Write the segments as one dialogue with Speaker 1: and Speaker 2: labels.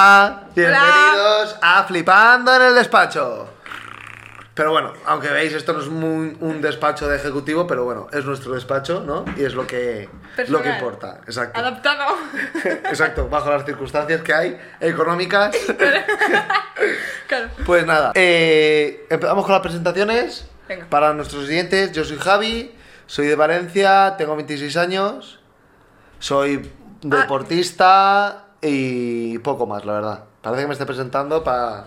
Speaker 1: Hola, bienvenidos a Flipando en el Despacho. Pero bueno, aunque veis, esto no es muy- un despacho de ejecutivo, pero bueno, es nuestro despacho, ¿no? Y es lo que, lo que
Speaker 2: Personal.
Speaker 1: importa. Exacto.
Speaker 2: Adaptado.
Speaker 1: Exacto, bajo las circunstancias que hay, económicas.
Speaker 2: claro.
Speaker 1: Pues nada, eh, empezamos con las presentaciones.
Speaker 2: Venga.
Speaker 1: Para nuestros siguientes, yo soy Javi, soy de Valencia, tengo 26 años, soy
Speaker 2: Ah.
Speaker 1: deportista y poco más, la verdad. Parece que me esté presentando para...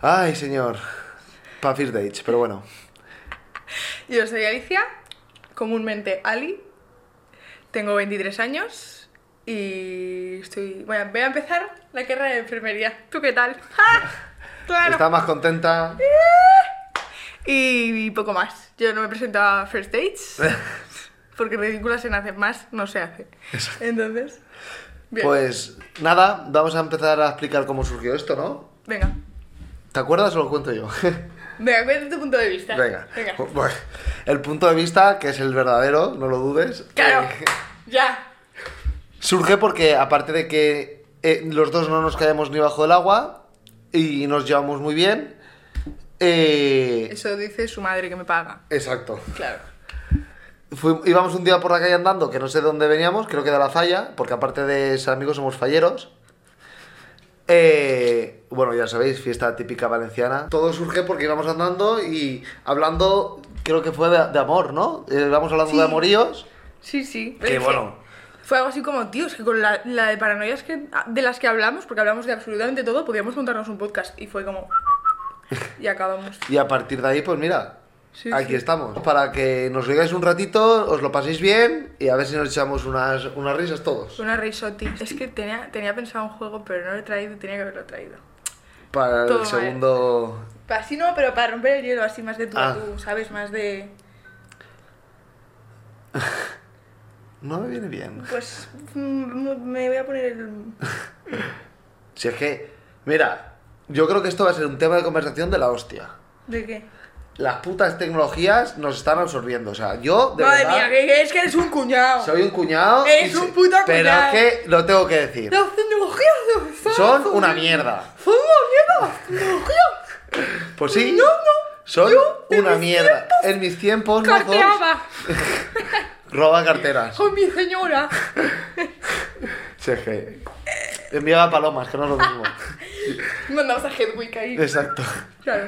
Speaker 1: Ay, señor. Para First Dates, pero bueno.
Speaker 2: Yo soy Alicia, comúnmente Ali. Tengo 23 años y estoy. Bueno, voy a empezar la carrera de enfermería. ¿Tú qué tal? ¡Ah! Claro.
Speaker 1: Está más contenta.
Speaker 2: Y, poco más. Yo no me presento a First Dates porque ridícula se nace más, no se hace. Entonces. Bien.
Speaker 1: Pues nada, vamos a empezar a explicar cómo surgió esto, ¿no?
Speaker 2: Venga.
Speaker 1: ¿Te acuerdas o lo cuento yo?
Speaker 2: Venga, cuéntame tu punto de vista.
Speaker 1: Venga. Oh. Bueno, el punto de vista, que es el verdadero, no lo dudes.
Speaker 2: Claro.
Speaker 1: eh,
Speaker 2: ya.
Speaker 1: Surge porque, aparte de que eh, los dos no nos caemos ni bajo el agua y nos llevamos muy bien. eh,
Speaker 2: Eso dice su madre que me paga.
Speaker 1: Exacto.
Speaker 2: Claro.
Speaker 1: Fui- íbamos un día por la calle andando, que no sé de dónde veníamos, creo que de la Zaya, porque aparte de ser amigos somos falleros. Eh, bueno, ya sabéis, fiesta típica valenciana. Todo surge porque íbamos andando y hablando, creo que fue de, de amor, ¿no? Eh, Íbamos hablando
Speaker 2: Sí.
Speaker 1: de amoríos.
Speaker 2: Sí, sí.
Speaker 1: Que
Speaker 2: Es
Speaker 1: bueno.
Speaker 2: Fue algo así como, tío, es que con la, la de paranoias que, de las que hablamos, porque hablamos de absolutamente todo, podíamos montarnos un podcast. Y fue como. Y acabamos.
Speaker 1: Y a partir de ahí, pues mira,
Speaker 2: Sí,
Speaker 1: aquí
Speaker 2: sí.
Speaker 1: estamos. Para que nos oigáis un ratito, os lo paséis bien y a ver si nos echamos unas, unas risas todos.
Speaker 2: Una risotti. Es que tenía, tenía pensado un juego, pero no lo he traído y tenía que haberlo traído.
Speaker 1: Para
Speaker 2: Todo
Speaker 1: el
Speaker 2: mal.
Speaker 1: segundo...
Speaker 2: Así no, pero para romper el hielo, así más de tú
Speaker 1: Ah.
Speaker 2: a tú, ¿sabes? Más de.
Speaker 1: No me viene bien.
Speaker 2: Pues. mm, Me voy a poner el.
Speaker 1: Si es que, mira, yo creo que esto va a ser un tema de conversación de la hostia.
Speaker 2: ¿De qué?
Speaker 1: Las putas tecnologías nos están absorbiendo. O sea, yo, de
Speaker 2: Madre
Speaker 1: verdad,
Speaker 2: mía, que, que es que eres un cuñado.
Speaker 1: soy un cuñado. y
Speaker 2: Eres
Speaker 1: se-
Speaker 2: un puto
Speaker 1: Pero
Speaker 2: cuñado.
Speaker 1: es que lo tengo que decir.
Speaker 2: Las tecnologías de-
Speaker 1: Son una mierda.
Speaker 2: Son una mierda las tecnologías.
Speaker 1: Pues sí.
Speaker 2: No, no.
Speaker 1: Son
Speaker 2: Yo, en
Speaker 1: una
Speaker 2: mis
Speaker 1: mierda. En mis tiempos, mozos,
Speaker 2: Carteaba
Speaker 1: roba carteras.
Speaker 2: con mi señora.
Speaker 1: Sí, es que enviaba palomas, que no es lo mismo.
Speaker 2: Mandamos a Hedwig ahí.
Speaker 1: Exacto.
Speaker 2: Claro.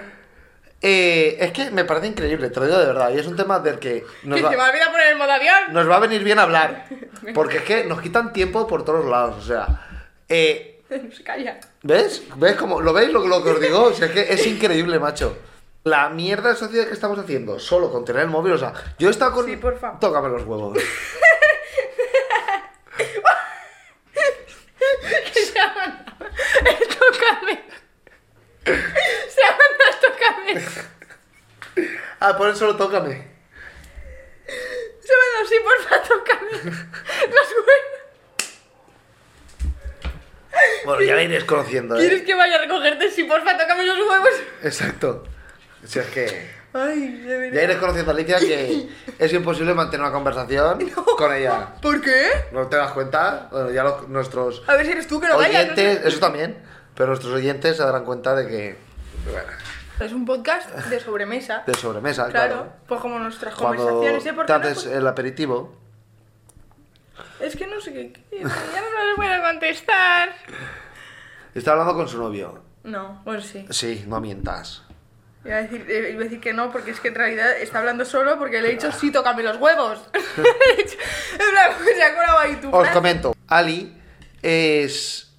Speaker 1: Eh, es que me parece increíble, te lo digo de verdad. Y es un tema del que nos
Speaker 2: que se me
Speaker 1: va,
Speaker 2: olvida poner el modo avión.
Speaker 1: nos va a venir bien hablar. Porque es que nos quitan tiempo por todos lados. O sea, eh,
Speaker 2: No se calla.
Speaker 1: ¿ves? ¿Ves cómo, ¿Lo veis lo, lo que os digo? O sea, es que es increíble, macho. La mierda de sociedad que estamos haciendo, solo con tener el móvil. O sea, yo he estado con.
Speaker 2: Sí, porfa.
Speaker 1: Tócame los huevos.
Speaker 2: Que se ha mandado el tócame. Se ha mandado el tócame.
Speaker 1: Ah, por eso lo tócame.
Speaker 2: Se ha mandado, sí, porfa, tócame. No suena.
Speaker 1: Bueno, ya la iréis conociendo,
Speaker 2: ¿Quieres
Speaker 1: ¿eh?
Speaker 2: que vaya a recogerte? Sí, porfa, tócame los huevos.
Speaker 1: Exacto. O sea, es que.
Speaker 2: Ay, de
Speaker 1: Ya iréis conociendo a Alicia que es imposible mantener una conversación con ella.
Speaker 2: ¿Por qué?
Speaker 1: ¿No te das cuenta? Bueno, ya los- nuestros
Speaker 2: A ver si eres tú que lo vayas. no
Speaker 1: oyentes,
Speaker 2: sé.
Speaker 1: eso también, pero nuestros oyentes se darán cuenta de que, bueno,
Speaker 2: Es un podcast de sobremesa.
Speaker 1: de sobremesa,
Speaker 2: Claro,
Speaker 1: claro.
Speaker 2: pues como nuestras
Speaker 1: Cuando
Speaker 2: conversaciones, ¿eh? Porque
Speaker 1: te
Speaker 2: no
Speaker 1: haces eh. el aperitivo,
Speaker 2: Es que no sé qué. qué- Ya no les voy a contestar.
Speaker 1: está hablando con su novio.
Speaker 2: No, bueno, sí.
Speaker 1: Sí, no mientas.
Speaker 2: Iba a, decir, eh, iba a decir que no, porque es que en realidad está hablando solo porque le he dicho, sí, tócame los huevos. en plan, se ha colado ahí tú. pues
Speaker 1: Os
Speaker 2: plan,
Speaker 1: comento, Ali es
Speaker 2: ¿A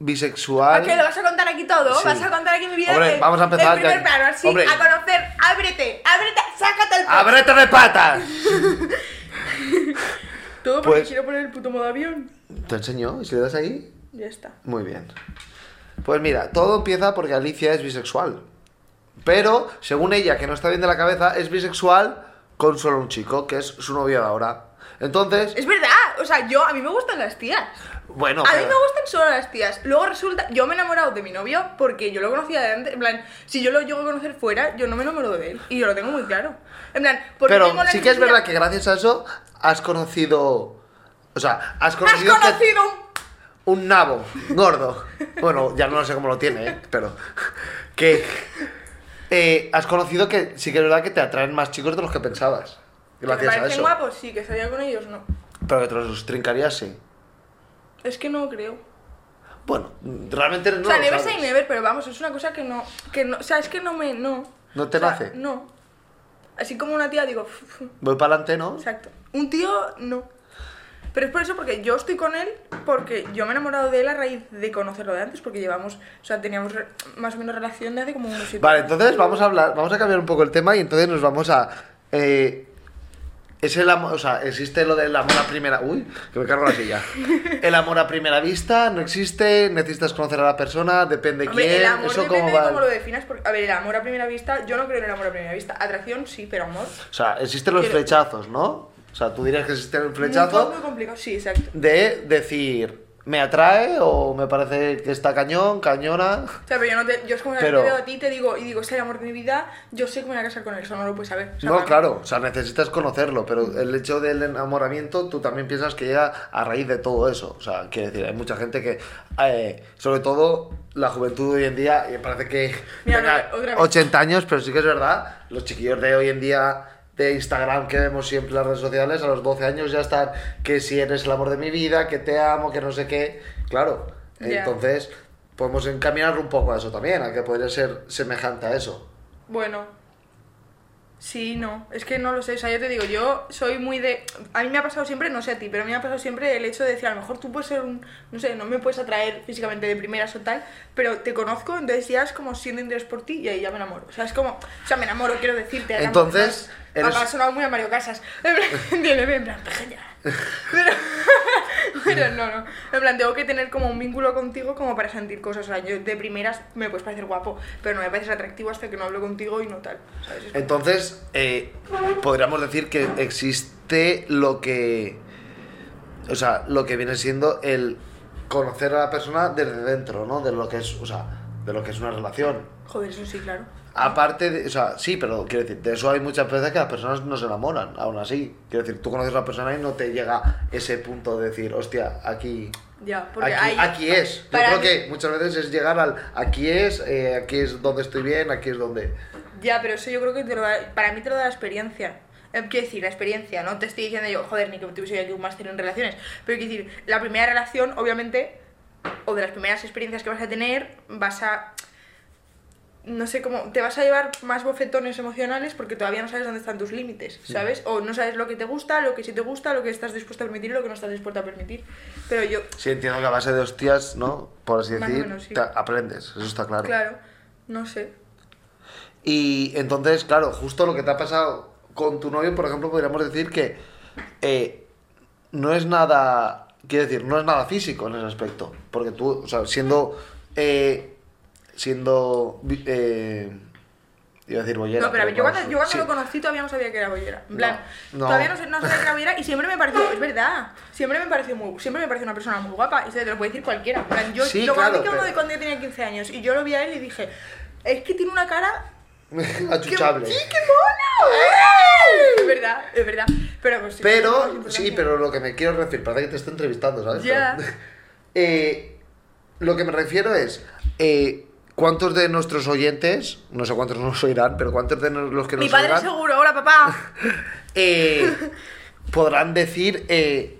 Speaker 1: bisexual.
Speaker 2: qué Ah, lo vas a contar aquí todo?
Speaker 1: Sí.
Speaker 2: ¿Vas a contar aquí mi vida?
Speaker 1: Hombre,
Speaker 2: de-
Speaker 1: vamos a empezar
Speaker 2: del primer
Speaker 1: ya.
Speaker 2: plano, así,
Speaker 1: Hombre.
Speaker 2: a conocer. Ábrete, ábrete, sácate el pelo.
Speaker 1: ¡Ábrete de patas!
Speaker 2: Todo porque
Speaker 1: Pues-
Speaker 2: quiero poner el puto modo avión.
Speaker 1: Te enseño, y si le das ahí,
Speaker 2: Ya está.
Speaker 1: Muy bien. Pues mira, todo empieza porque Alicia es bisexual. Pero, según ella, que no está bien de la cabeza, es bisexual con solo un chico, que es su novio de ahora. Entonces,
Speaker 2: Es verdad, o sea, yo, a mí me gustan las tías.
Speaker 1: bueno.
Speaker 2: Eh, A mí
Speaker 1: pero-
Speaker 2: me gustan solo las tías. Luego resulta, yo me he enamorado de mi novio porque yo lo conocía de antes. En plan, si yo lo llego a conocer fuera, yo no me enamoro de él. Y yo lo tengo muy claro. En plan, porque
Speaker 1: Pero
Speaker 2: tengo la
Speaker 1: sí que es
Speaker 2: necesidad-
Speaker 1: verdad que gracias a eso has conocido. O sea, has
Speaker 2: ¡Has
Speaker 1: conocido. que-
Speaker 2: conocido un
Speaker 1: un nabo gordo. Bueno, ya no sé cómo lo tiene, ¿eh? pero que eh, has conocido que sí que es verdad que te atraen más chicos de los que pensabas.
Speaker 2: Que me
Speaker 1: Gracias a
Speaker 2: parecen
Speaker 1: eso.
Speaker 2: guapos, sí, que salía con ellos, no.
Speaker 1: Pero que te los trincarías, sí.
Speaker 2: Es que no creo.
Speaker 1: Bueno, realmente no
Speaker 2: o sea,
Speaker 1: lo
Speaker 2: never
Speaker 1: sabes.
Speaker 2: say never, pero vamos, es una cosa que no, que no. O sea, es que no me. No.
Speaker 1: ¿No te
Speaker 2: O sea,
Speaker 1: nace?
Speaker 2: No. Así como una tía, digo. "Fu, fu".
Speaker 1: Voy para adelante, ¿no?
Speaker 2: Exacto. Un tío, no. Pero es por eso, porque yo estoy con él, porque yo me he enamorado de él a raíz de conocerlo de antes, porque llevamos, o sea, teníamos re- más o menos relación de hace como unos siete
Speaker 1: Vale,
Speaker 2: años.
Speaker 1: entonces vamos a hablar, vamos a cambiar un poco el tema y entonces nos vamos a. eh, es el amor, o sea, existe lo del amor a primera. Uy, que me cargo la silla. El amor a primera vista no existe, necesitas conocer a la persona, depende
Speaker 2: Hombre,
Speaker 1: quién.
Speaker 2: el amor
Speaker 1: eso
Speaker 2: depende
Speaker 1: cómo
Speaker 2: de
Speaker 1: va.
Speaker 2: cómo lo definas, porque, a ver, el amor a primera vista, yo no creo en el amor a primera vista. Atracción, sí, pero amor.
Speaker 1: O sea, existen los
Speaker 2: Quiero-
Speaker 1: flechazos, ¿no? O sea, tú dirías que existe el
Speaker 2: Todo
Speaker 1: flechazo
Speaker 2: muy complicado, sí, exacto.
Speaker 1: de decir, me atrae o me parece que está cañón, cañona.
Speaker 2: O sea, pero yo no te, yo es como que
Speaker 1: Pero-
Speaker 2: te veo a ti y te digo, y digo, es el amor de mi vida, yo sé que me voy a casar con él, eso no lo puedes saber. O sea,
Speaker 1: No,
Speaker 2: para-
Speaker 1: claro, o sea, necesitas conocerlo, pero el hecho del enamoramiento tú también piensas que llega a raíz de todo eso. O sea, quiero decir, hay mucha gente que, eh, sobre todo la juventud de hoy en día, y parece que
Speaker 2: Mira,
Speaker 1: tenga
Speaker 2: otra- otra vez.
Speaker 1: 80 años, pero sí que es verdad, los chiquillos de hoy en día de Instagram que vemos siempre en las redes sociales, a los 12 años ya están que si eres el amor de mi vida, que te amo, que no sé qué. Claro,
Speaker 2: Ya.
Speaker 1: entonces podemos encaminar un poco a eso también, a que podría ser semejante a eso.
Speaker 2: Bueno. Sí, no. Es que no lo sé. O sea, yo te digo, yo soy muy de. A mí me ha pasado siempre, no sé a ti, pero a mí me ha pasado siempre el hecho de decir, a lo mejor tú puedes ser un. No sé, no me puedes atraer físicamente de primeras o tal, pero te conozco, entonces ya es como siendo interés por ti y ahí ya me enamoro. O sea, es como. O sea, me enamoro, quiero decirte. ahora
Speaker 1: Entonces,
Speaker 2: mismo,
Speaker 1: eres-
Speaker 2: Papá, ha sonado muy a Mario Casas. En plan, entiéndeme, en plan, pequeña. Pero, pero no, no. En plan, tengo que tener como un vínculo contigo como para sentir cosas. O sea, yo de primeras me puedes parecer guapo, pero no me pareces atractivo hasta que no hablo contigo y no tal. ¿sabes? Es como-
Speaker 1: Entonces, eh, podríamos decir que existe lo que. O sea, lo que viene siendo el conocer a la persona desde dentro, ¿no? De lo que es, o sea, de lo que es una relación.
Speaker 2: Joder, eso sí, claro.
Speaker 1: Aparte de, o sea, sí, pero quiero decir, de eso hay muchas veces que las personas no se enamoran, aún así. Quiero decir, tú conoces a la persona y no te llega ese punto de decir, hostia, aquí.
Speaker 2: Ya,
Speaker 1: Aquí,
Speaker 2: porque hay-
Speaker 1: aquí es. Yo
Speaker 2: para
Speaker 1: creo
Speaker 2: mí-
Speaker 1: que muchas veces es llegar al aquí es, eh, aquí es donde estoy bien, aquí es donde.
Speaker 2: Ya, pero eso yo creo que te lo da- para mí te lo da la experiencia. Eh, Quiero decir, la experiencia, no te estoy diciendo yo, joder, ni que tuviese yo aquí un máster en relaciones, pero quiero decir, la primera relación, obviamente, o de las primeras experiencias que vas a tener, vas a, no sé cómo, te vas a llevar más bofetones emocionales porque todavía no sabes dónde están tus límites, ¿sabes? O no sabes lo que te gusta, lo que sí te gusta, lo que estás dispuesto a permitir, lo que no estás dispuesto a permitir. Pero yo,
Speaker 1: Sí, entiendo que a base de hostias, ¿no? Por así
Speaker 2: Más o
Speaker 1: decir,
Speaker 2: menos, sí.
Speaker 1: te aprendes, eso está claro.
Speaker 2: claro, no sé.
Speaker 1: Y entonces, claro, justo lo que te ha pasado con tu novio, por ejemplo, podríamos decir que eh, no es nada, quiero decir, no es nada físico en ese aspecto. Porque tú, o sea, siendo, eh, siendo, vi- eh, iba a decir bollera.
Speaker 2: No, pero a ver, yo cuando,
Speaker 1: vamos,
Speaker 2: yo cuando
Speaker 1: sí.
Speaker 2: lo conocí todavía no sabía que era bollera. En plan,
Speaker 1: No, no.
Speaker 2: todavía no, sé- no sabía que era bollera y siempre me pareció, es verdad, siempre me pareció muy, siempre me pareció una persona muy guapa y se te lo puede decir cualquiera. En plan, yo
Speaker 1: Sí,
Speaker 2: lo
Speaker 1: claro,
Speaker 2: conocí que uno
Speaker 1: pero-
Speaker 2: de cuando yo tenía 15 años y yo lo vi a él y dije, es que tiene una cara que... ¡Sí, qué
Speaker 1: Achuchable.
Speaker 2: mono! Es verdad, es verdad. Pero, pues, sí, es
Speaker 1: Pero,
Speaker 2: importante.
Speaker 1: sí, pero lo que me quiero referir, parece que te estoy entrevistando, ¿sabes?
Speaker 2: Ya.
Speaker 1: Pero, eh, lo que me refiero es, eh, ¿cuántos de nuestros oyentes, no sé cuántos nos oirán, pero cuántos de no- los que
Speaker 2: Mi
Speaker 1: nos
Speaker 2: padre
Speaker 1: oirán,
Speaker 2: seguro, hola papá.
Speaker 1: eh, podrán decir eh,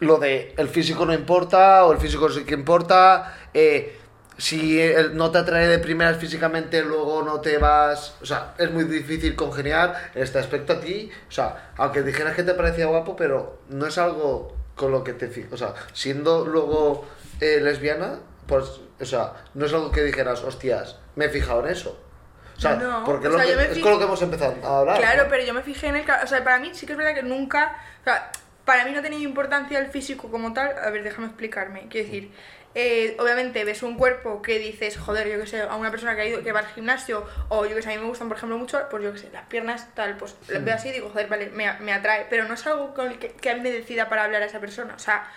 Speaker 1: lo de el físico no importa o el físico sí que importa, eh, si el- no te atrae de primeras físicamente, luego no te vas. O sea, es muy difícil congeniar en este aspecto a ti. O sea, aunque dijeras que te parecía guapo, pero no es algo con lo que te. fi- O sea, siendo luego eh, lesbiana, pues, o sea, no es algo que dijeras, hostias, me he fijado en eso. O sea,
Speaker 2: No,
Speaker 1: porque
Speaker 2: o
Speaker 1: lo
Speaker 2: sea,
Speaker 1: que-
Speaker 2: yo me
Speaker 1: es
Speaker 2: fi-
Speaker 1: con lo que hemos empezado a hablar.
Speaker 2: Claro, pero yo me fijé en el... ca- O sea, para mí sí que es verdad que nunca... O sea, para mí no ha tenido importancia el físico como tal. A ver, déjame explicarme. Quiero decir, eh, obviamente ves un cuerpo que dices, joder, yo que sé, a una persona que ha ido, que va al gimnasio, o yo que sé, a mí me gustan, por ejemplo, mucho, pues yo que sé, las piernas, tal, pues las veo así y digo, joder, vale, me, me atrae. Pero no es algo con el que, que a mí me decida para hablar a esa persona. O sea,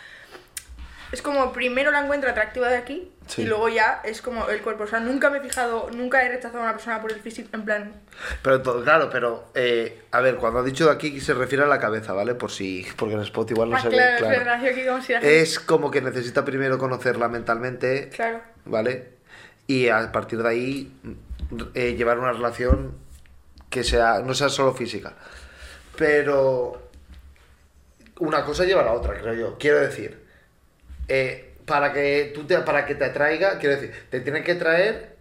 Speaker 2: es como primero la encuentro atractiva de aquí
Speaker 1: Sí.
Speaker 2: Y luego ya es como el cuerpo. O sea, nunca me he fijado, nunca he rechazado a una persona por el físico. En plan,
Speaker 1: Pero todo, claro, pero eh, a ver, cuando ha dicho de aquí se refiere a la cabeza, ¿vale? Por si, porque en Spot igual no
Speaker 2: ah,
Speaker 1: se
Speaker 2: claro,
Speaker 1: ve.
Speaker 2: es verdad,
Speaker 1: Claro.
Speaker 2: yo aquí como si la gente-
Speaker 1: Es como que necesita primero conocerla mentalmente,
Speaker 2: Claro.
Speaker 1: ¿vale? Y a partir de ahí eh, llevar una relación que sea no sea solo física. Pero una cosa lleva a la otra, creo yo. Quiero decir, eh, para que tú te, para que te atraiga, quiero decir, te tienen que traer,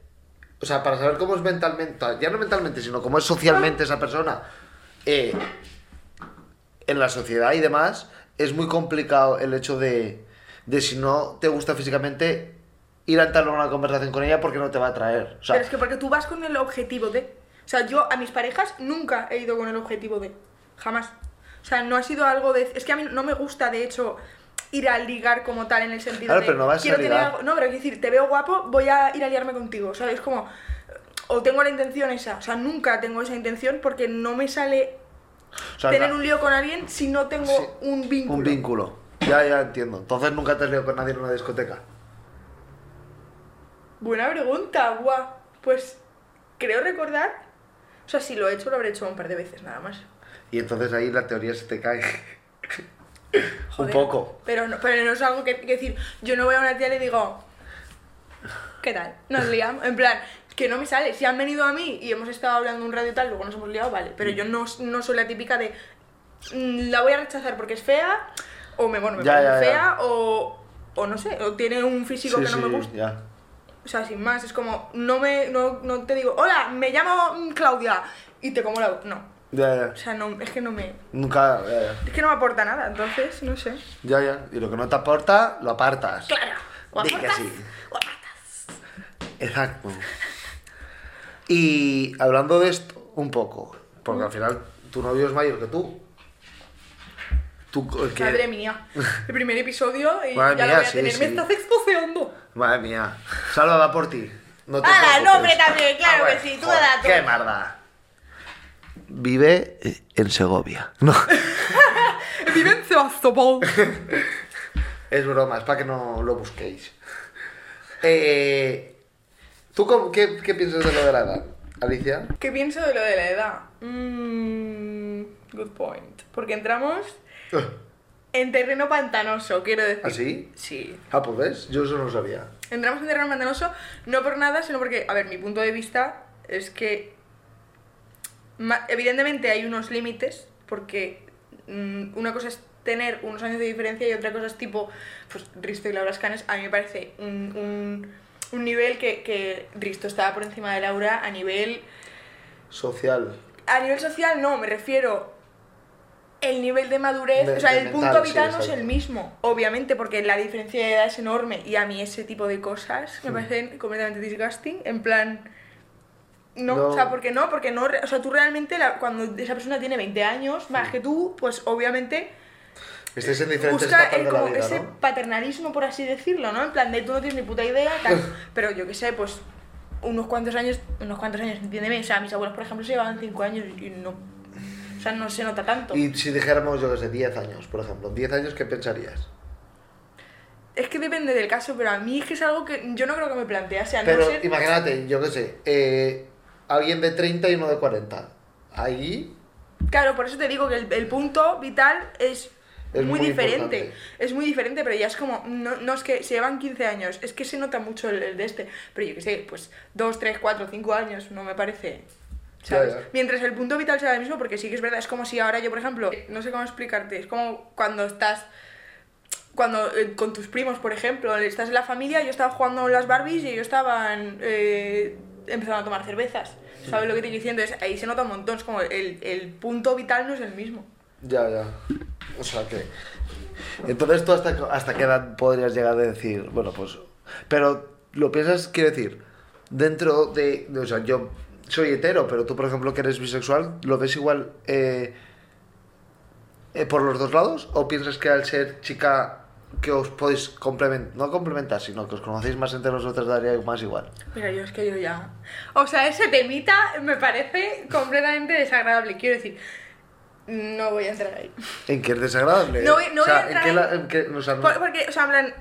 Speaker 1: o sea, para saber cómo es mentalmente, ya no mentalmente, sino cómo es socialmente esa persona eh, en la sociedad y demás, es muy complicado el hecho de, de si no te gusta físicamente ir a entablar una conversación con ella porque no te va a atraer. O sea,
Speaker 2: Pero es que porque tú vas con el objetivo de. O sea, yo a mis parejas nunca he ido con el objetivo de. Jamás. O sea, no ha sido algo de. Es que a mí no me gusta, de hecho, ir a ligar como tal en el sentido
Speaker 1: Claro,
Speaker 2: de.
Speaker 1: pero no vas a
Speaker 2: quiero tener
Speaker 1: ligar.
Speaker 2: algo- No, pero quiero decir, te veo guapo, voy a ir a liarme contigo. ¿Sabes? Es como. O tengo la intención esa. O sea, nunca tengo esa intención porque no me sale
Speaker 1: o sea,
Speaker 2: tener
Speaker 1: na-
Speaker 2: un lío con alguien si no tengo
Speaker 1: Sí,
Speaker 2: un vínculo.
Speaker 1: Un vínculo. Ya, ya entiendo. Entonces nunca te has liado con nadie en una discoteca.
Speaker 2: Buena pregunta, guau. Pues creo recordar. O sea, si lo he hecho, lo habré hecho un par de veces nada más.
Speaker 1: Y entonces ahí la teoría se te cae.
Speaker 2: Joder,
Speaker 1: Un poco.
Speaker 2: Pero no, pero no es algo que, que decir, yo no voy a una tía y le digo, ¿qué tal? Nos liamos. En plan, que no me sale. Si han venido a mí y hemos estado hablando un rato y tal, luego nos hemos liado, vale. Pero yo no, no soy la típica de, "Mm, la voy a rechazar porque es fea, o me, bueno, me
Speaker 1: Ya,
Speaker 2: parece
Speaker 1: ya, ya.
Speaker 2: fea, o, o no sé, o tiene un físico que no me gusta.
Speaker 1: ya.
Speaker 2: O sea, sin más, es como, no, me, no, no te digo, hola, me llamo mm, Claudia y te como la... bo-". No,
Speaker 1: Ya, ya.
Speaker 2: o sea, no, es que no me...
Speaker 1: Nunca. Ya, ya.
Speaker 2: Es que no me aporta nada, entonces, no sé.
Speaker 1: Ya, ya. Y lo que no te aporta, lo apartas.
Speaker 2: Claro. O
Speaker 1: Di que
Speaker 2: aportas,
Speaker 1: sí.
Speaker 2: o apartas.
Speaker 1: Exacto. Y hablando de esto, un poco. Porque al final tu novio es mayor que tú. Tú que-
Speaker 2: Madre mía. El primer episodio y
Speaker 1: Madre
Speaker 2: ya
Speaker 1: mía,
Speaker 2: lo voy a
Speaker 1: sí,
Speaker 2: tener.
Speaker 1: sí.
Speaker 2: Me estás exposeando.
Speaker 1: Madre mía. Salva va por ti. No te
Speaker 2: ¡Hala,
Speaker 1: preocupes.
Speaker 2: no, hombre, también! Claro
Speaker 1: Ah, bueno,
Speaker 2: que sí, tú
Speaker 1: joder,
Speaker 2: dala tú.
Speaker 1: ¡Qué marda! Vive eh, en Segovia. No,
Speaker 2: Vive en Sebastopol.
Speaker 1: es broma, es para que no lo busquéis. Eh, ¿Tú cómo- qué, qué piensas de lo de la edad, Alicia?
Speaker 2: ¿Qué pienso de lo de la edad? Mmm. Good point. Porque entramos en terreno pantanoso, quiero decir.
Speaker 1: ¿Ah, sí?
Speaker 2: Sí.
Speaker 1: Ah, pues ves, yo eso no sabía.
Speaker 2: Entramos en terreno pantanoso no por nada, sino porque, a ver, mi punto de vista es que ma- evidentemente hay unos límites, porque mm, una cosa es tener unos años de diferencia y otra cosa es tipo, pues Risto y Laura Escanes, a mí me parece un, un- un nivel que, que Risto estaba por encima de Laura a nivel...
Speaker 1: Social.
Speaker 2: A nivel social no, me refiero el nivel de madurez,
Speaker 1: De-
Speaker 2: o sea,
Speaker 1: de
Speaker 2: el
Speaker 1: mental,
Speaker 2: punto
Speaker 1: sí,
Speaker 2: vital no es
Speaker 1: exacto.
Speaker 2: el mismo, obviamente, porque la diferencia de edad es enorme y a mí ese tipo de cosas me parecen completamente disgusting, en plan... No,
Speaker 1: No.
Speaker 2: o sea, porque no, porque no, re- o sea, tú realmente la- cuando esa persona tiene 20 años más que tú, pues obviamente
Speaker 1: Estáis en diferentes
Speaker 2: busca
Speaker 1: etapas
Speaker 2: eh,
Speaker 1: de la
Speaker 2: como
Speaker 1: vida,
Speaker 2: ese
Speaker 1: ¿no?
Speaker 2: paternalismo, por así decirlo, ¿no? En plan de tú no tienes ni puta idea, tal. pero yo qué sé, pues unos cuantos años, unos cuantos años, entiéndeme, o sea, mis abuelos, por ejemplo, se llevaban 5 años y no, o sea, no se nota tanto.
Speaker 1: Y si dijéramos, yo que sé, 10 años, por ejemplo. ¿En 10 años qué pensarías?
Speaker 2: Es que depende del caso, pero a mí es que es algo que yo no creo que me plantease, a no
Speaker 1: Pero
Speaker 2: ser...
Speaker 1: imagínate, yo qué sé, eh, alguien de 30 y uno de 40. Ahí,
Speaker 2: Claro, por eso te digo que el, el punto vital es,
Speaker 1: Es
Speaker 2: muy,
Speaker 1: muy
Speaker 2: diferente.
Speaker 1: importante.
Speaker 2: Es muy diferente, pero ya es como, no, no es que se llevan 15 años, es que se nota mucho el, el de este. Pero yo qué sé, pues 2, 3, 4, 5 años, no me parece.
Speaker 1: Ya,
Speaker 2: ¿Sabes?
Speaker 1: ya.
Speaker 2: Mientras el punto vital sea el mismo, porque sí que es verdad, es como si ahora yo, por ejemplo, no sé cómo explicarte, es como cuando estás cuando eh, con tus primos, por ejemplo, estás en la familia, yo estaba jugando las Barbies y ellos estaban eh, empezando a tomar cervezas. ¿Sabes lo que te estoy diciendo? Es- ahí se nota un montón, es como el, el punto vital no es el mismo.
Speaker 1: ya, ya. O sea que. Entonces tú hasta, hasta qué edad podrías llegar a decir, bueno, pues. Pero lo piensas, quiero decir, dentro de. de- o sea, yo soy hetero, pero tú, por ejemplo, que eres bisexual, ¿lo ves igual eh, eh, por los dos lados? ¿O piensas que al ser chica que os podéis complementar, no complementar, sino que os conocéis más entre vosotros, daría más igual?
Speaker 2: Mira, yo es que yo ya... O sea, ese temita me parece completamente desagradable, quiero decir, no voy a entrar ahí.
Speaker 1: ¿En qué es desagradable?
Speaker 2: No voy- no
Speaker 1: o sea,
Speaker 2: voy a entrar
Speaker 1: ¿en qué la-
Speaker 2: ahí.
Speaker 1: en qué- o sea, no-
Speaker 2: Por- porque, o sea, en plan,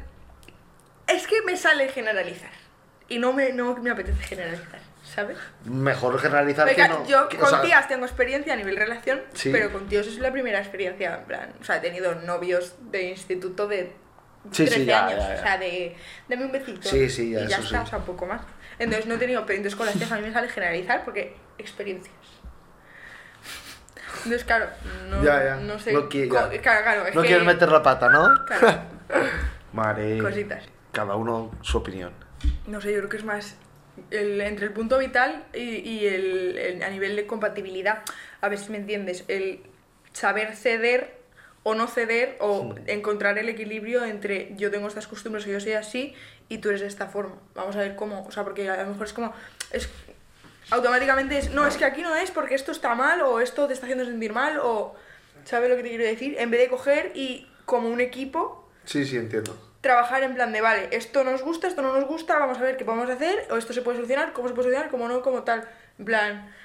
Speaker 2: Es que me sale generalizar. Y no me, no me apetece generalizar, ¿sabes?
Speaker 1: Mejor generalizar
Speaker 2: Venga,
Speaker 1: que no.
Speaker 2: yo
Speaker 1: que- o
Speaker 2: con
Speaker 1: sea,
Speaker 2: tías tengo experiencia a nivel relación,
Speaker 1: Sí.
Speaker 2: pero con tíos es la primera experiencia, en plan, o sea, he tenido novios de instituto de
Speaker 1: Sí, sí,
Speaker 2: 13
Speaker 1: ya,
Speaker 2: años,
Speaker 1: ya, ya.
Speaker 2: o sea, de dame un besito
Speaker 1: Sí, sí, ya,
Speaker 2: y ya
Speaker 1: eso
Speaker 2: está,
Speaker 1: sí.
Speaker 2: o sea, poco más. Entonces no he tenido experiencias con las tías, a mí me sale generalizar porque experiencias. Entonces, claro, no,
Speaker 1: Ya, ya.
Speaker 2: no sé,
Speaker 1: No qui- ya.
Speaker 2: co- claro, claro, es
Speaker 1: No
Speaker 2: que-
Speaker 1: quieres meter la pata, ¿no?
Speaker 2: claro,
Speaker 1: Vale.
Speaker 2: cositas.
Speaker 1: Cada uno su opinión.
Speaker 2: No sé, yo creo que es más el- entre el punto vital y, y el, el- a nivel de compatibilidad. A ver si me entiendes. El saber ceder o no ceder o encontrar el equilibrio entre yo tengo estas costumbres o yo soy así y tú eres de esta forma. Vamos a ver cómo. O sea, porque a lo mejor es como. Es, automáticamente es. No, es que aquí no es porque esto está mal o esto te está haciendo sentir mal o. ¿Sabes lo que te quiero decir? En vez de coger y como un equipo
Speaker 1: Sí, sí, entiendo.
Speaker 2: trabajar en plan de, vale, esto nos gusta, esto no nos gusta, vamos a ver qué podemos hacer, o esto se puede solucionar, cómo se puede solucionar, cómo no, cómo tal. En plan,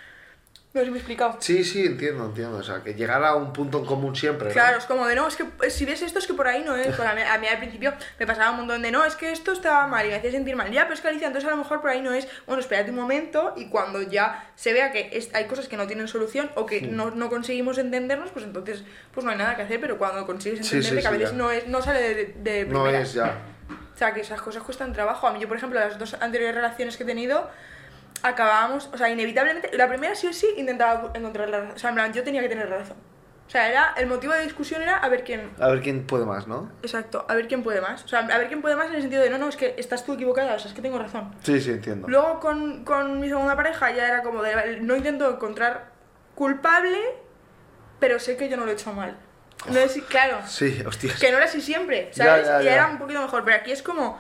Speaker 2: no sé si me he explicado.
Speaker 1: Sí, sí, entiendo, entiendo. O sea, que llegar a un punto en común siempre. ¿no?
Speaker 2: Claro, es como de no, es que eh, si ves esto es que por ahí no es. Bueno, a, mí, a mí al principio me pasaba un montón de no, es que esto estaba mal y me hacía sentir mal. Ya, pero es que Alicia, entonces a lo mejor por ahí no es. Bueno, espérate un momento y cuando ya se vea que es- hay cosas que no tienen solución o que no, no conseguimos entendernos, pues entonces pues no hay nada que hacer, pero cuando consigues
Speaker 1: Sí, sí,
Speaker 2: entenderte, que a
Speaker 1: sí,
Speaker 2: veces
Speaker 1: ya.
Speaker 2: no, es, no sale de, de
Speaker 1: No
Speaker 2: primeras.
Speaker 1: es ya.
Speaker 2: O sea, que esas cosas cuestan trabajo. A mí, yo, por ejemplo, las dos anteriores relaciones que he tenido, acabábamos, o sea, inevitablemente, la primera sí o sí intentaba encontrar la razón. O sea, en plan, yo tenía que tener la razón. O sea, era, el motivo de discusión era a ver quién.
Speaker 1: A ver quién puede más, ¿no?
Speaker 2: Exacto, a ver quién puede más. O sea, a ver quién puede más en el sentido de, no, no, es que estás tú equivocada, o sea, es que tengo razón.
Speaker 1: Sí, sí, entiendo.
Speaker 2: Luego con, con mi segunda pareja ya era como de, no intento encontrar culpable, pero sé que yo no lo he hecho mal. No es, claro.
Speaker 1: Sí, hostias.
Speaker 2: Que no era así siempre,
Speaker 1: Ya,
Speaker 2: ¿sabes?
Speaker 1: ya,
Speaker 2: y
Speaker 1: ya.
Speaker 2: era un poquito mejor, pero aquí es como.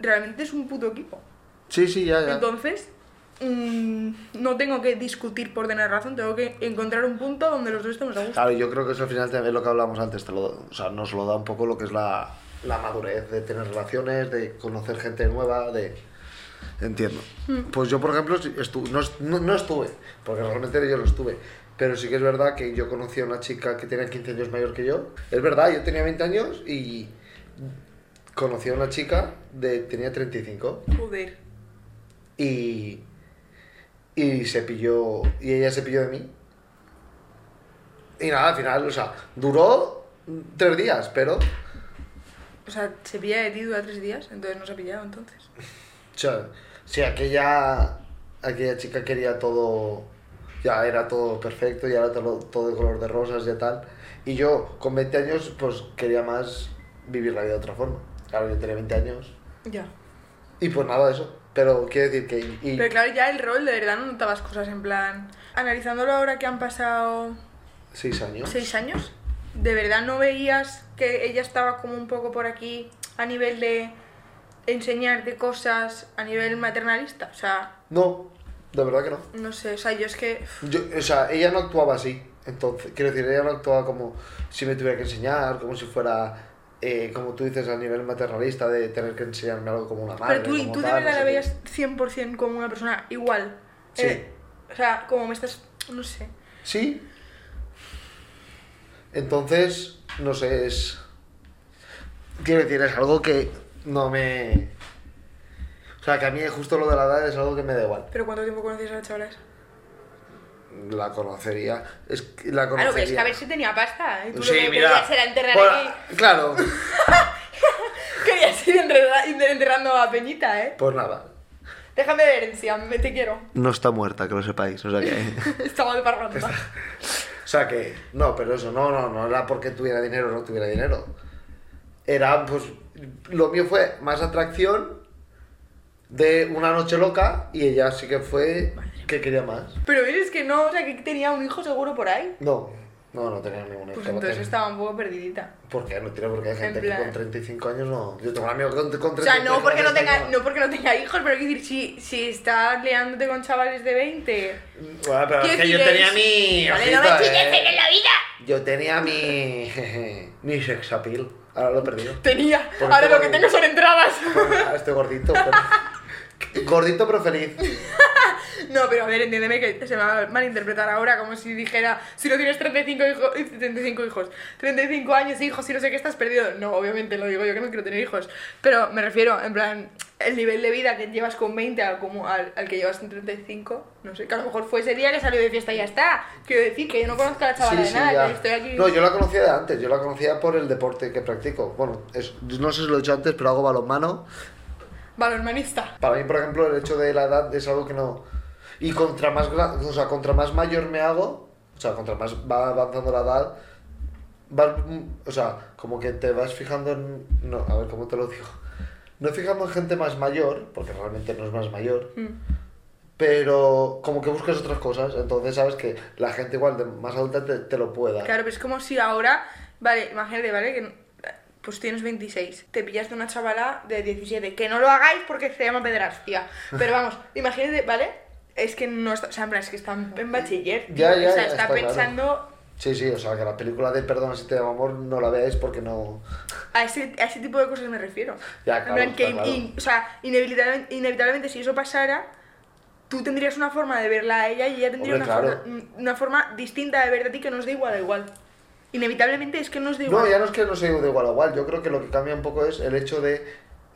Speaker 2: Realmente es un puto equipo.
Speaker 1: Sí, sí, ya, ya.
Speaker 2: Entonces, mm, no tengo que discutir por tener razón, tengo que encontrar un punto donde los dos estemos a gusto.
Speaker 1: Claro, yo creo que eso al final es lo que hablábamos antes, te lo- o sea, nos lo da un poco lo que es la, la madurez de tener relaciones, de conocer gente nueva, de... Entiendo. Pues yo, por ejemplo, si estu- no, est- no- no estuve, porque realmente yo no estuve, pero sí que es verdad que yo conocí a una chica que tenía 15 años mayor que yo. Es verdad, yo tenía 20 años y conocí a una chica de tenía 35
Speaker 2: Joder.
Speaker 1: y, y se pilló, y ella se pilló de mí. Y nada, al final, o sea, duró tres días, pero, o
Speaker 2: O sea, se pilla de ti dura tres días, entonces no se ha pillado entonces.
Speaker 1: sea, si aquella, aquella chica quería todo, ya era todo perfecto, ya era todo, todo de color de rosas y tal, y yo con 20 años, pues quería más vivir la vida de otra forma. Claro, yo tenía 20 años,
Speaker 2: Ya.
Speaker 1: y pues nada, eso. Pero quiero decir que... y-
Speaker 2: Pero claro, ya el rol de verdad no notabas cosas en plan. Analizándolo ahora que han pasado
Speaker 1: seis años.
Speaker 2: seis años, ¿de verdad no veías que ella estaba como un poco por aquí a nivel de enseñarte cosas a nivel maternalista? O sea,
Speaker 1: No, de verdad que no.
Speaker 2: no sé, o sea, yo es que.
Speaker 1: Yo, o sea, ella no actuaba así. Entonces, quiero decir, ella no actuaba como si me tuviera que enseñar, como si fuera, eh, como tú dices, a nivel maternalista, de tener que enseñarme algo como una madre.
Speaker 2: Pero tú,
Speaker 1: como
Speaker 2: tú de
Speaker 1: tal, no
Speaker 2: verdad
Speaker 1: sé
Speaker 2: la
Speaker 1: qué.
Speaker 2: veías 100% como una persona igual.
Speaker 1: Sí.
Speaker 2: Eh, o sea, como me estás. No sé.
Speaker 1: Sí. Entonces, no sé, es. Quiero decir, es algo que no me. O sea, que a mí justo lo de la edad es algo que me da igual.
Speaker 2: Pero ¿cuánto tiempo conocías a la chavala esa?
Speaker 1: La conocería. Es que la
Speaker 2: Claro, Ah, pero
Speaker 1: conocería.
Speaker 2: es que a ver si tenía pasta. ¿eh? Tú
Speaker 1: Sí,
Speaker 2: lo que
Speaker 1: mira.
Speaker 2: querías era enterrar
Speaker 1: Por-
Speaker 2: aquí.
Speaker 1: Claro.
Speaker 2: Querías ir enterra- enterrando a Peñita, ¿eh?
Speaker 1: Pues nada.
Speaker 2: Déjame de herencia, me te quiero.
Speaker 1: No está muerta, que lo sepáis. O sea que.
Speaker 2: Estaba de parranda.
Speaker 1: O sea que, no, pero eso, no, no, no era porque tuviera dinero o no tuviera dinero. Era, pues, lo mío fue más atracción de una noche loca y ella sí que fue que quería más.
Speaker 2: Pero es que no, o sea, que tenía un hijo seguro por ahí.
Speaker 1: No, no, no tenía ningún
Speaker 2: Pues
Speaker 1: hijo, no
Speaker 2: entonces
Speaker 1: tenía-
Speaker 2: estaba un poco perdidita.
Speaker 1: ¿Por qué? No tiene por qué hay gente
Speaker 2: plan-
Speaker 1: que con 35 años no. Yo tengo un amigo con, con
Speaker 2: O
Speaker 1: 35
Speaker 2: sea, no porque no,
Speaker 1: años
Speaker 2: tenga,
Speaker 1: no.
Speaker 2: no porque no tenga hijos, pero quiero decir, si, si estás liándote con chavales de 20.
Speaker 1: Bueno, pero es
Speaker 2: Quiero
Speaker 1: que yo
Speaker 2: decir,
Speaker 1: tenía
Speaker 2: es-
Speaker 1: mi.
Speaker 2: Vale, no me
Speaker 1: ojito,
Speaker 2: chilles,
Speaker 1: ¿eh?
Speaker 2: que en la vida.
Speaker 1: Yo tenía mi. jeje, mi sex appeal. Ahora lo he perdido.
Speaker 2: Tenía.
Speaker 1: Por
Speaker 2: Ahora
Speaker 1: todo
Speaker 2: lo que
Speaker 1: el- Ah,
Speaker 2: tengo son entradas.
Speaker 1: este Bueno, ahora estoy gordito, pero... Gordito pero feliz.
Speaker 2: No, pero a ver, entiéndeme que se me va a malinterpretar ahora como si dijera, si no tienes 35 hijos, 35 hijos, 35 años, hijos, y no sé qué estás perdido. No, obviamente lo digo yo que no quiero tener hijos, pero me refiero, en plan, el nivel de vida que llevas con 20 al, como al, al que llevas con 35, no sé, que a lo mejor fue ese día que salió de fiesta y ya está. Quiero decir que yo no conozco a la chavala
Speaker 1: Sí,
Speaker 2: de
Speaker 1: sí,
Speaker 2: nada,
Speaker 1: ya.
Speaker 2: que estoy aquí.
Speaker 1: No, yo la conocía de antes, yo la conocía por el deporte que practico. Bueno, es- no sé si lo he dicho antes, pero hago balonmano.
Speaker 2: Balonmanista.
Speaker 1: Para mí, por ejemplo, el hecho de la edad es algo que no... Y contra más, gra- o sea, contra más mayor me hago, o sea, contra más va avanzando la edad, vas, mm, o sea, como que te vas fijando en... No, a ver, ¿cómo te lo digo? No fijando en gente más mayor, porque realmente no es más mayor, pero como que buscas otras cosas, entonces sabes que la gente igual de más adulta te, te lo pueda.
Speaker 2: Claro, pero es como si ahora, vale, imagínate, ¿vale? Que no- pues tienes 26, te pillas de una chavala de 17, que no lo hagáis porque se llama pedrastia. Pero vamos, imagínate, ¿vale? Es que no está, o sea, en plan, es que está en bachiller, tío,
Speaker 1: Ya, ya,
Speaker 2: o sea,
Speaker 1: ya,
Speaker 2: está,
Speaker 1: está claro.
Speaker 2: pensando
Speaker 1: Sí, sí, o sea, que la película de Perdona si te llamo amor no la veáis porque no...
Speaker 2: a ese, a ese tipo de cosas me refiero.
Speaker 1: Ya,
Speaker 2: En
Speaker 1: claro,
Speaker 2: plan,
Speaker 1: está
Speaker 2: que
Speaker 1: claro.
Speaker 2: in- o sea, inevitablemente, inevitablemente si eso pasara, tú tendrías una forma de verla a ella y ella tendría
Speaker 1: Hombre,
Speaker 2: una,
Speaker 1: claro.
Speaker 2: forma, una forma distinta de verte a ti que nos da igual a igual. Inevitablemente es que nos da igual.
Speaker 1: No, ya no es que no sea de igual a igual. Yo creo que lo que cambia un poco es el hecho de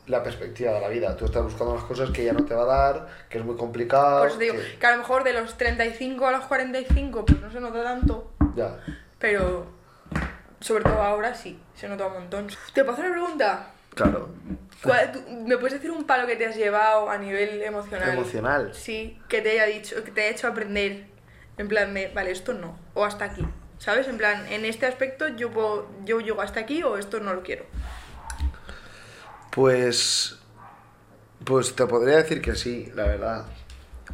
Speaker 1: la perspectiva de la vida. Tú estás buscando las cosas que ya no te va a dar, que es muy complicado.
Speaker 2: Por eso te digo,
Speaker 1: que-
Speaker 2: que a lo mejor de los 35 a los 45, pues no se nota tanto,
Speaker 1: Ya.
Speaker 2: pero sobre todo ahora sí, se nota un montón. Te puedo hacer una pregunta.
Speaker 1: Claro.
Speaker 2: ¿Cuál- tú- ¿Me puedes decir un palo que te has llevado a nivel emocional?
Speaker 1: Emocional.
Speaker 2: Sí, que te haya dicho, que te haya hecho aprender, en plan de, vale, esto no, o hasta aquí. ¿Sabes? En plan, en este aspecto yo puedo, yo llego hasta aquí o esto no lo quiero.
Speaker 1: Pues. Pues te podría decir que sí, la verdad.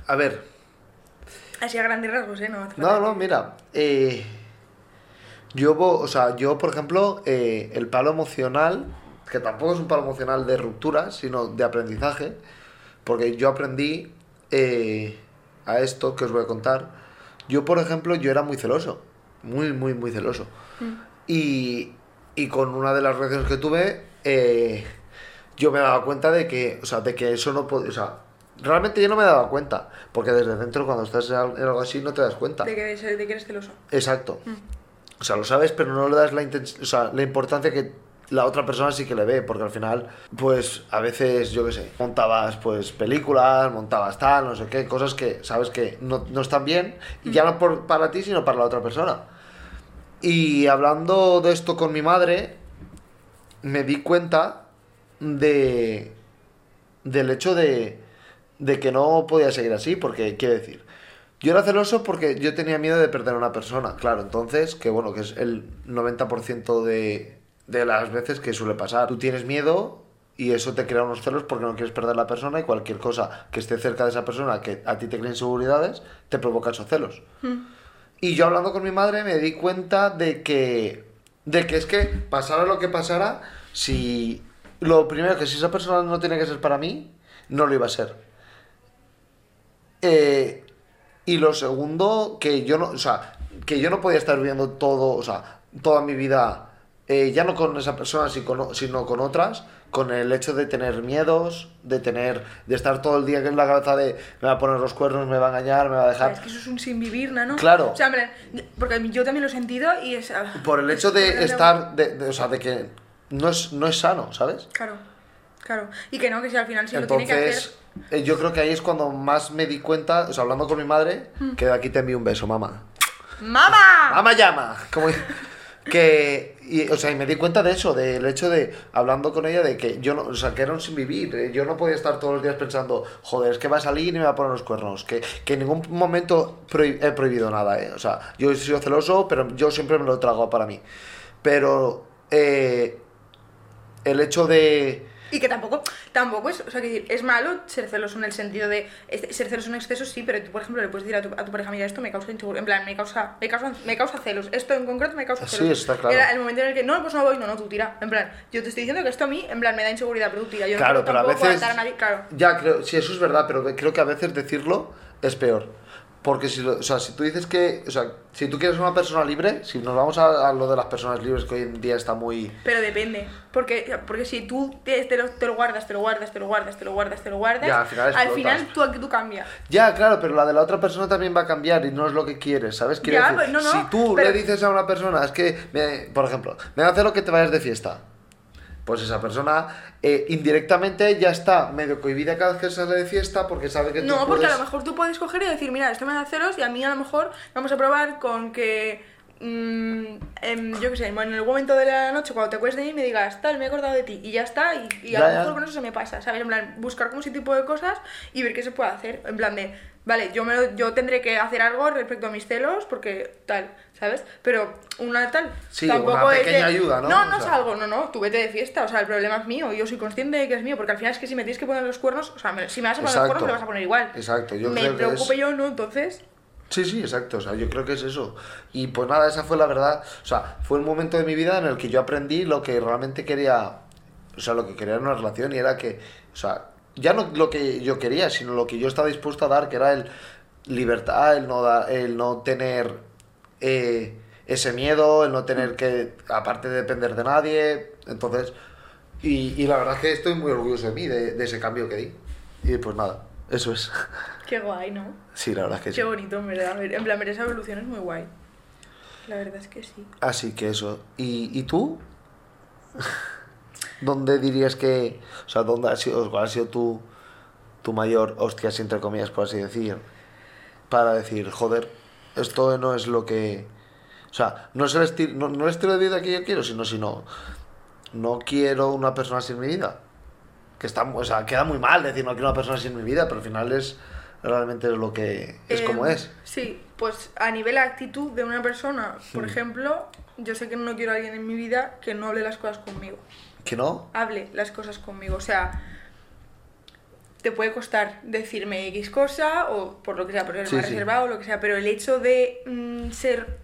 Speaker 1: A ver.
Speaker 2: Así a grandes rasgos, ¿eh? No, hace
Speaker 1: No,
Speaker 2: falta
Speaker 1: no,
Speaker 2: que-
Speaker 1: mira. eh, yo, vo- o sea, yo, por ejemplo, eh, el palo emocional, que tampoco es un palo emocional de ruptura, sino de aprendizaje, porque yo aprendí eh, a esto que os voy a contar. Yo, por ejemplo, yo era muy celoso, muy, muy, muy celoso. Y, y con una de las relaciones que tuve, eh, yo me daba cuenta de que, o sea, de que eso no podía, o sea, realmente yo no me daba cuenta, porque desde dentro cuando estás en al- en algo así no te das cuenta.
Speaker 2: De que, eres- de que eres celoso.
Speaker 1: Exacto. O sea, lo sabes, pero no le das la, intens- o sea, la importancia que la otra persona sí que le ve, porque al final, pues a veces, yo qué sé, montabas pues películas, montabas tal, no sé qué, cosas que sabes que no, no están bien, y ya no por, para ti, sino para la otra persona. Y hablando de esto con mi madre, me di cuenta de del hecho de, de que no podía seguir así, porque quiero decir, yo era celoso porque yo tenía miedo de perder a una persona, claro, entonces, que bueno, que es el 90% de, de las veces que suele pasar. Tú tienes miedo y eso te crea unos celos porque no quieres perder a la persona y cualquier cosa que esté cerca de esa persona que a ti te crea inseguridades, te provoca esos celos. Y yo hablando con mi madre me di cuenta de que. de que es que pasara lo que pasara, si. Lo primero que si esa persona no tiene que ser para mí, no lo iba a ser. Eh, y lo segundo, que yo no. O sea, que yo no podía estar viviendo todo, o sea, toda mi vida. eh, ya no con esa persona, si con o- sino con otras, con el hecho de tener miedos, de tener, de estar todo el día en la cabeza de me va a poner los cuernos, me va a engañar, me va a
Speaker 2: O sea,
Speaker 1: dejar.
Speaker 2: es que eso es un sin vivir, ¿no?
Speaker 1: Claro.
Speaker 2: O sea, en plan, porque yo también lo he sentido y es... ah,
Speaker 1: Por el
Speaker 2: es
Speaker 1: hecho de
Speaker 2: horrible.
Speaker 1: estar, de, de- o sea, de que no es, no es sano, ¿sabes?
Speaker 2: Claro, claro. Y que no, que si al final sí lo tiene que hacer...
Speaker 1: Entonces, eh, yo creo que ahí es cuando más me di cuenta, o sea, hablando con mi madre,
Speaker 2: Mm.
Speaker 1: que de aquí te envío un beso, mamá.
Speaker 2: ¡Mamá!
Speaker 1: ¡Mamá llama! Como que, y, o sea, y me di cuenta de eso, del hecho de, hablando con ella, de que yo no, o sea, que era un sin vivir, eh, yo no podía estar todos los días pensando, joder, es que va a salir y me va a poner los cuernos, que, que en ningún momento prohi- he prohibido nada, ¿eh? O sea, yo he sido celoso, pero yo siempre me lo trago para mí. Pero, eh, el hecho de...
Speaker 2: Y que tampoco, tampoco es, o sea, que decir, es malo ser celoso en el sentido de es- ser celoso en exceso, sí, pero tú, por ejemplo, le puedes decir a tu, a tu pareja, mira, esto me causa inseguridad, en plan, me causa, me causa, me causa celos, esto en concreto me causa
Speaker 1: Sí,
Speaker 2: celos.
Speaker 1: está claro.
Speaker 2: Era el momento en el que, no, pues no voy, no, no, tú tira, en plan, yo te estoy diciendo que esto a mí, en plan, me da inseguridad, pero tú tira, yo no
Speaker 1: Claro,
Speaker 2: quiero
Speaker 1: pero a
Speaker 2: tampoco
Speaker 1: veces.
Speaker 2: atar a nadie, claro.
Speaker 1: Ya, creo, sí, eso es verdad, pero creo que a veces decirlo es peor. Porque si, lo- o sea, si tú dices que, o sea, si tú quieres ser una persona libre, si nos vamos a, a lo de las personas libres que hoy en día está muy...
Speaker 2: Pero depende, porque, porque si tú te, te lo, te lo guardas, te lo guardas, te lo guardas, te lo guardas, te lo guardas,
Speaker 1: Ya, al final explotas.
Speaker 2: final tu actitud cambia.
Speaker 1: Ya, claro, pero la de la otra persona también va a cambiar y no es lo que quieres, ¿sabes? Quiero
Speaker 2: Ya,
Speaker 1: decir,
Speaker 2: pues, no, no,
Speaker 1: si tú
Speaker 2: pero-
Speaker 1: le dices a una persona, es que, me- por ejemplo, me hace lo que te vayas de fiesta, pues esa persona eh, indirectamente ya está medio cohibida cada vez que sale de fiesta porque sabe que
Speaker 2: No,
Speaker 1: tú
Speaker 2: porque a
Speaker 1: puedes-
Speaker 2: lo mejor tú puedes coger y decir, mira, esto me da ceros y a mí a lo mejor vamos a probar con que, mm, em, yo qué sé, en el momento de la noche cuando te acuestes de mí me digas, tal, me he acordado de ti y ya está, y, y
Speaker 1: Ya,
Speaker 2: a lo
Speaker 1: ya.
Speaker 2: mejor con eso se me pasa, ¿sabes? En plan, buscar como ese tipo de cosas y ver qué se puede hacer, en plan de, vale, yo, me lo- yo tendré que hacer algo respecto a mis celos porque tal, ¿sabes? Pero una tal...
Speaker 1: Sí, una
Speaker 2: es de-
Speaker 1: pequeña ayuda, ¿no?
Speaker 2: No,
Speaker 1: O
Speaker 2: es
Speaker 1: sea.
Speaker 2: algo Oh, no, no, tú vete de fiesta, o sea, el problema es mío, yo soy consciente de que es mío, porque al final es que si me tienes que poner los cuernos, o sea, me- si me vas a poner
Speaker 1: Exacto.
Speaker 2: los cuernos, me lo vas a poner igual.
Speaker 1: Exacto, yo
Speaker 2: Me
Speaker 1: creo que
Speaker 2: preocupe
Speaker 1: es-
Speaker 2: yo, ¿no? Entonces,
Speaker 1: Sí, sí, exacto. O sea, yo creo que es eso. Y pues nada, esa fue la verdad. O sea, fue el momento de mi vida en el que yo aprendí lo que realmente quería. O sea, lo que quería en una relación y era que. O sea, ya no lo que yo quería, sino lo que yo estaba dispuesto a dar, que era el libertad, el no, da- el no tener eh, ese miedo, el no tener que, aparte de depender de nadie. Entonces, y, y la verdad es que estoy muy orgulloso de mí, de, de ese cambio que di. Y pues nada, eso es.
Speaker 2: qué guay, ¿no?
Speaker 1: Sí, la verdad es que sí.
Speaker 2: Qué bonito, en verdad. ver- En plan, ver esa evolución es muy guay. La verdad es que sí.
Speaker 1: Así que eso. ¿Y, y tú? ¿Dónde dirías que... O sea, ¿dónde ha sido, cuál ha sido tu, tu mayor hostias, entre comillas, por así decir? Para decir, joder, esto no es lo que... O sea, no es el, estilo no, no el estilo de vida que yo quiero, sino, sino... No quiero una persona sin mi vida. Que está, mu- o sea, queda muy mal decir no quiero una persona sin mi vida, pero al final es... Realmente es lo que... Es como
Speaker 2: Em,
Speaker 1: es.
Speaker 2: Sí, pues a nivel actitud de una persona, por
Speaker 1: Hmm.
Speaker 2: ejemplo, yo sé que no quiero a alguien en mi vida que no hable las cosas conmigo.
Speaker 1: ¿Que no?
Speaker 2: hable las cosas conmigo. O sea, te puede costar decirme X cosa o por lo que sea, por ser
Speaker 1: Sí,
Speaker 2: más
Speaker 1: sí.
Speaker 2: reservado o lo que sea, pero el hecho de mm, ser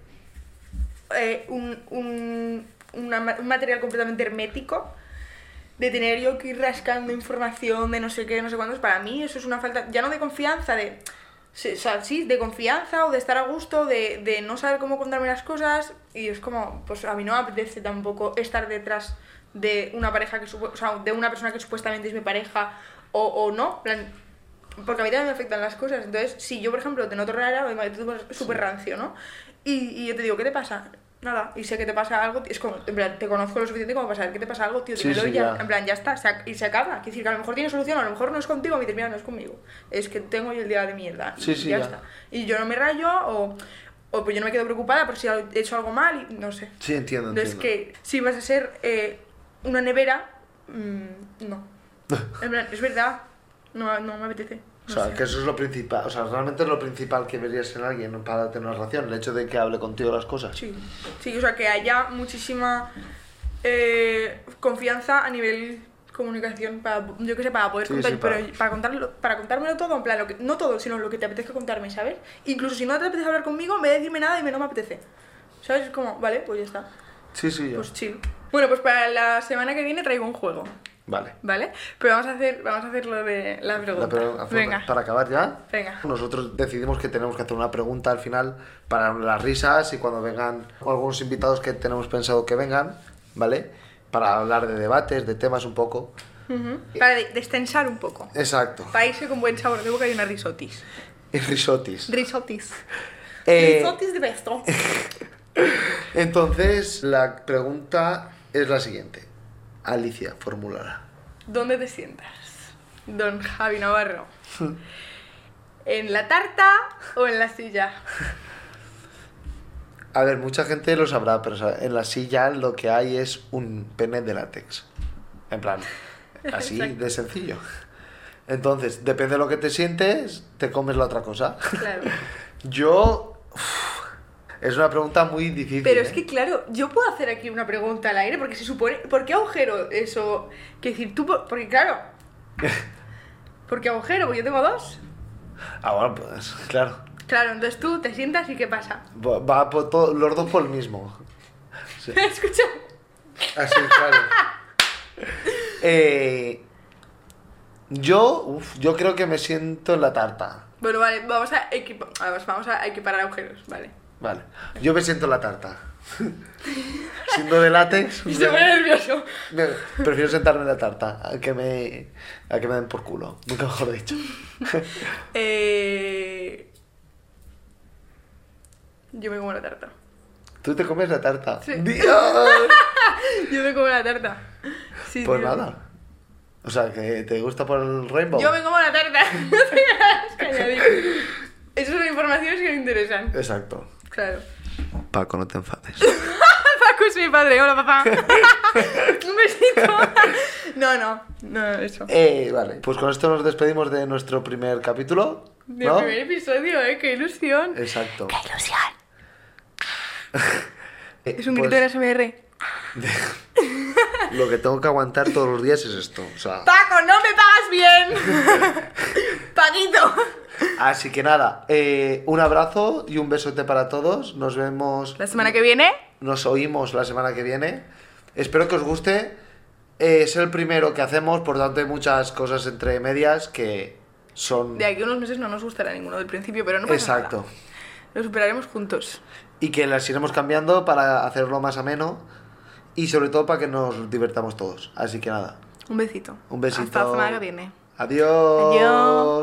Speaker 2: eh, un, un- una ma- un material completamente hermético, de tener yo que ir rascando información de no sé qué, no sé cuántos, para mí eso es una falta, ya no de confianza, de... sí, O sea, sí, de confianza o de estar a gusto, de, de no saber cómo contarme las cosas. Y es como, pues a mí no me apetece tampoco estar detrás de una pareja que supo- o sea, de una persona que supuestamente es mi pareja o, o no. en plan, porque a mí también me afectan las cosas. Entonces, si yo, por ejemplo, te noto rara, o de- tú eres súper rancio, ¿no? Y, y yo te digo, ¿qué te pasa? Nada, y sé que te pasa algo, es como, en plan, te conozco lo suficiente como para saber que te pasa algo, tío,
Speaker 1: Sí,
Speaker 2: dímelo
Speaker 1: sí,
Speaker 2: y ya,
Speaker 1: ya.
Speaker 2: en plan, ya está, se ac- y se acaba. Quiero decir que a lo mejor tiene solución, a lo mejor no es contigo, y termina no es conmigo. Es que tengo yo el día de mierda. y
Speaker 1: Sí, sí,
Speaker 2: ya,
Speaker 1: ya.
Speaker 2: está. Y yo no me rayo, o, o pues yo no me quedo preocupada por si he hecho algo mal, y no sé.
Speaker 1: Sí, entiendo, entiendo.
Speaker 2: Entonces, que si vas a ser eh, una nevera, mm, no. En plan, es verdad, no, no me apetece.
Speaker 1: O
Speaker 2: no
Speaker 1: sea,
Speaker 2: sé.
Speaker 1: que eso es lo principal, o sea, realmente es lo principal que verías en alguien para tener una relación, el hecho de que hable contigo las cosas.
Speaker 2: Sí, sí, o sea, que haya muchísima eh, confianza a nivel comunicación para, yo que sé, para poder
Speaker 1: Sí,
Speaker 2: contar,
Speaker 1: sí, para-
Speaker 2: pero para contarlo, para contármelo todo, en plan, lo que, no todo, sino lo que te apetezca contarme, ¿sabes? Incluso si no te apetece hablar conmigo, me decirme nada y me no me apetece. ¿Sabes? Es como, vale, pues ya está.
Speaker 1: Sí, sí, ya.
Speaker 2: Pues chill. Bueno, pues para la semana que viene traigo un juego,
Speaker 1: Vale.
Speaker 2: ¿vale? Pero vamos a hacer, vamos a hacer lo de la pregunta.
Speaker 1: La pregunta-
Speaker 2: Venga.
Speaker 1: Para acabar ya,
Speaker 2: Venga.
Speaker 1: nosotros decidimos que tenemos que hacer una pregunta al final para las risas y cuando vengan algunos invitados que tenemos pensado que vengan, ¿vale? Para hablar de debates, de temas un poco.
Speaker 2: Ujú. Para de- destensar un poco.
Speaker 1: Exacto.
Speaker 2: Para irse con buen sabor de boca y una risotis.
Speaker 1: Y risotis.
Speaker 2: Risotis.
Speaker 1: Eh,
Speaker 2: Risotis de besto.
Speaker 1: entonces, la pregunta es la siguiente. Alicia, formulará.
Speaker 2: ¿Dónde te sientas? Don Javi Navarro. ¿En la tarta o en la silla?
Speaker 1: A ver, mucha gente lo sabrá, pero o sea, en la silla lo que hay es un pene de látex. En plan, así de sencillo. Entonces, depende de lo que te sientes, te comes la otra cosa.
Speaker 2: Claro.
Speaker 1: Yo... uf, es una pregunta muy difícil.
Speaker 2: Pero
Speaker 1: ¿eh?
Speaker 2: es que, claro, yo puedo hacer aquí una pregunta al aire porque se supone. ¿Por qué agujero eso? Quiero decir, tú. po- Porque, claro. ¿Por qué agujero? Porque yo tengo dos.
Speaker 1: Ah, bueno, pues claro.
Speaker 2: Claro, entonces tú te sientas y ¿qué pasa?
Speaker 1: Va, va por todo- los dos por el mismo. Sí.
Speaker 2: Escucha.
Speaker 1: Así, claro. Eh, Yo, uf, yo creo que me siento en la tarta.
Speaker 2: Bueno, vale, vamos a, equipa- a ver, vamos a equiparar agujeros, vale.
Speaker 1: Vale. Yo me siento en la tarta. Siendo de látex,
Speaker 2: Y se pone nervioso.
Speaker 1: me- prefiero sentarme en la tarta a que me, a que me den por culo. Nunca mejor dicho.
Speaker 2: Eh... Yo me como la tarta.
Speaker 1: Tú te comes la tarta.
Speaker 2: Sí.
Speaker 1: ¡Dios!
Speaker 2: Yo me como la tarta. Sí,
Speaker 1: Pues
Speaker 2: tío.
Speaker 1: nada. O sea, que te gusta por el rainbow.
Speaker 2: Yo me como la tarta. Es que añadí. Esas son informaciones que me interesan.
Speaker 1: Exacto.
Speaker 2: Claro.
Speaker 1: Paco, no te enfades.
Speaker 2: Paco es mi padre. Hola, papá. Un besito. No, no. No, eso.
Speaker 1: Eh, vale. Pues con esto nos despedimos de nuestro primer capítulo.
Speaker 2: Del
Speaker 1: ¿no?
Speaker 2: primer episodio, ¿eh? Qué ilusión.
Speaker 1: Exacto.
Speaker 2: Qué ilusión.
Speaker 1: Eh,
Speaker 2: Es un
Speaker 1: pues,
Speaker 2: grito de SMR.
Speaker 1: Lo que tengo que aguantar todos los días es esto. O sea.
Speaker 2: Paco, no me pagas bien. Paquito.
Speaker 1: Así que nada, eh, un abrazo y un besote para todos. Nos vemos,
Speaker 2: La semana que viene.
Speaker 1: nos oímos la semana que viene. Espero que os guste. Eh, es el primero que hacemos, por tanto hay muchas cosas entre medias que son...
Speaker 2: De aquí a unos meses no nos gustará ninguno del principio, pero no pasa
Speaker 1: Exacto.
Speaker 2: nada. Lo superaremos juntos.
Speaker 1: Y que las iremos cambiando para hacerlo más ameno y sobre todo para que nos divertamos todos. Así que nada,
Speaker 2: Un besito.
Speaker 1: un besito.
Speaker 2: Hasta la semana que viene.
Speaker 1: Adiós.
Speaker 2: Adiós.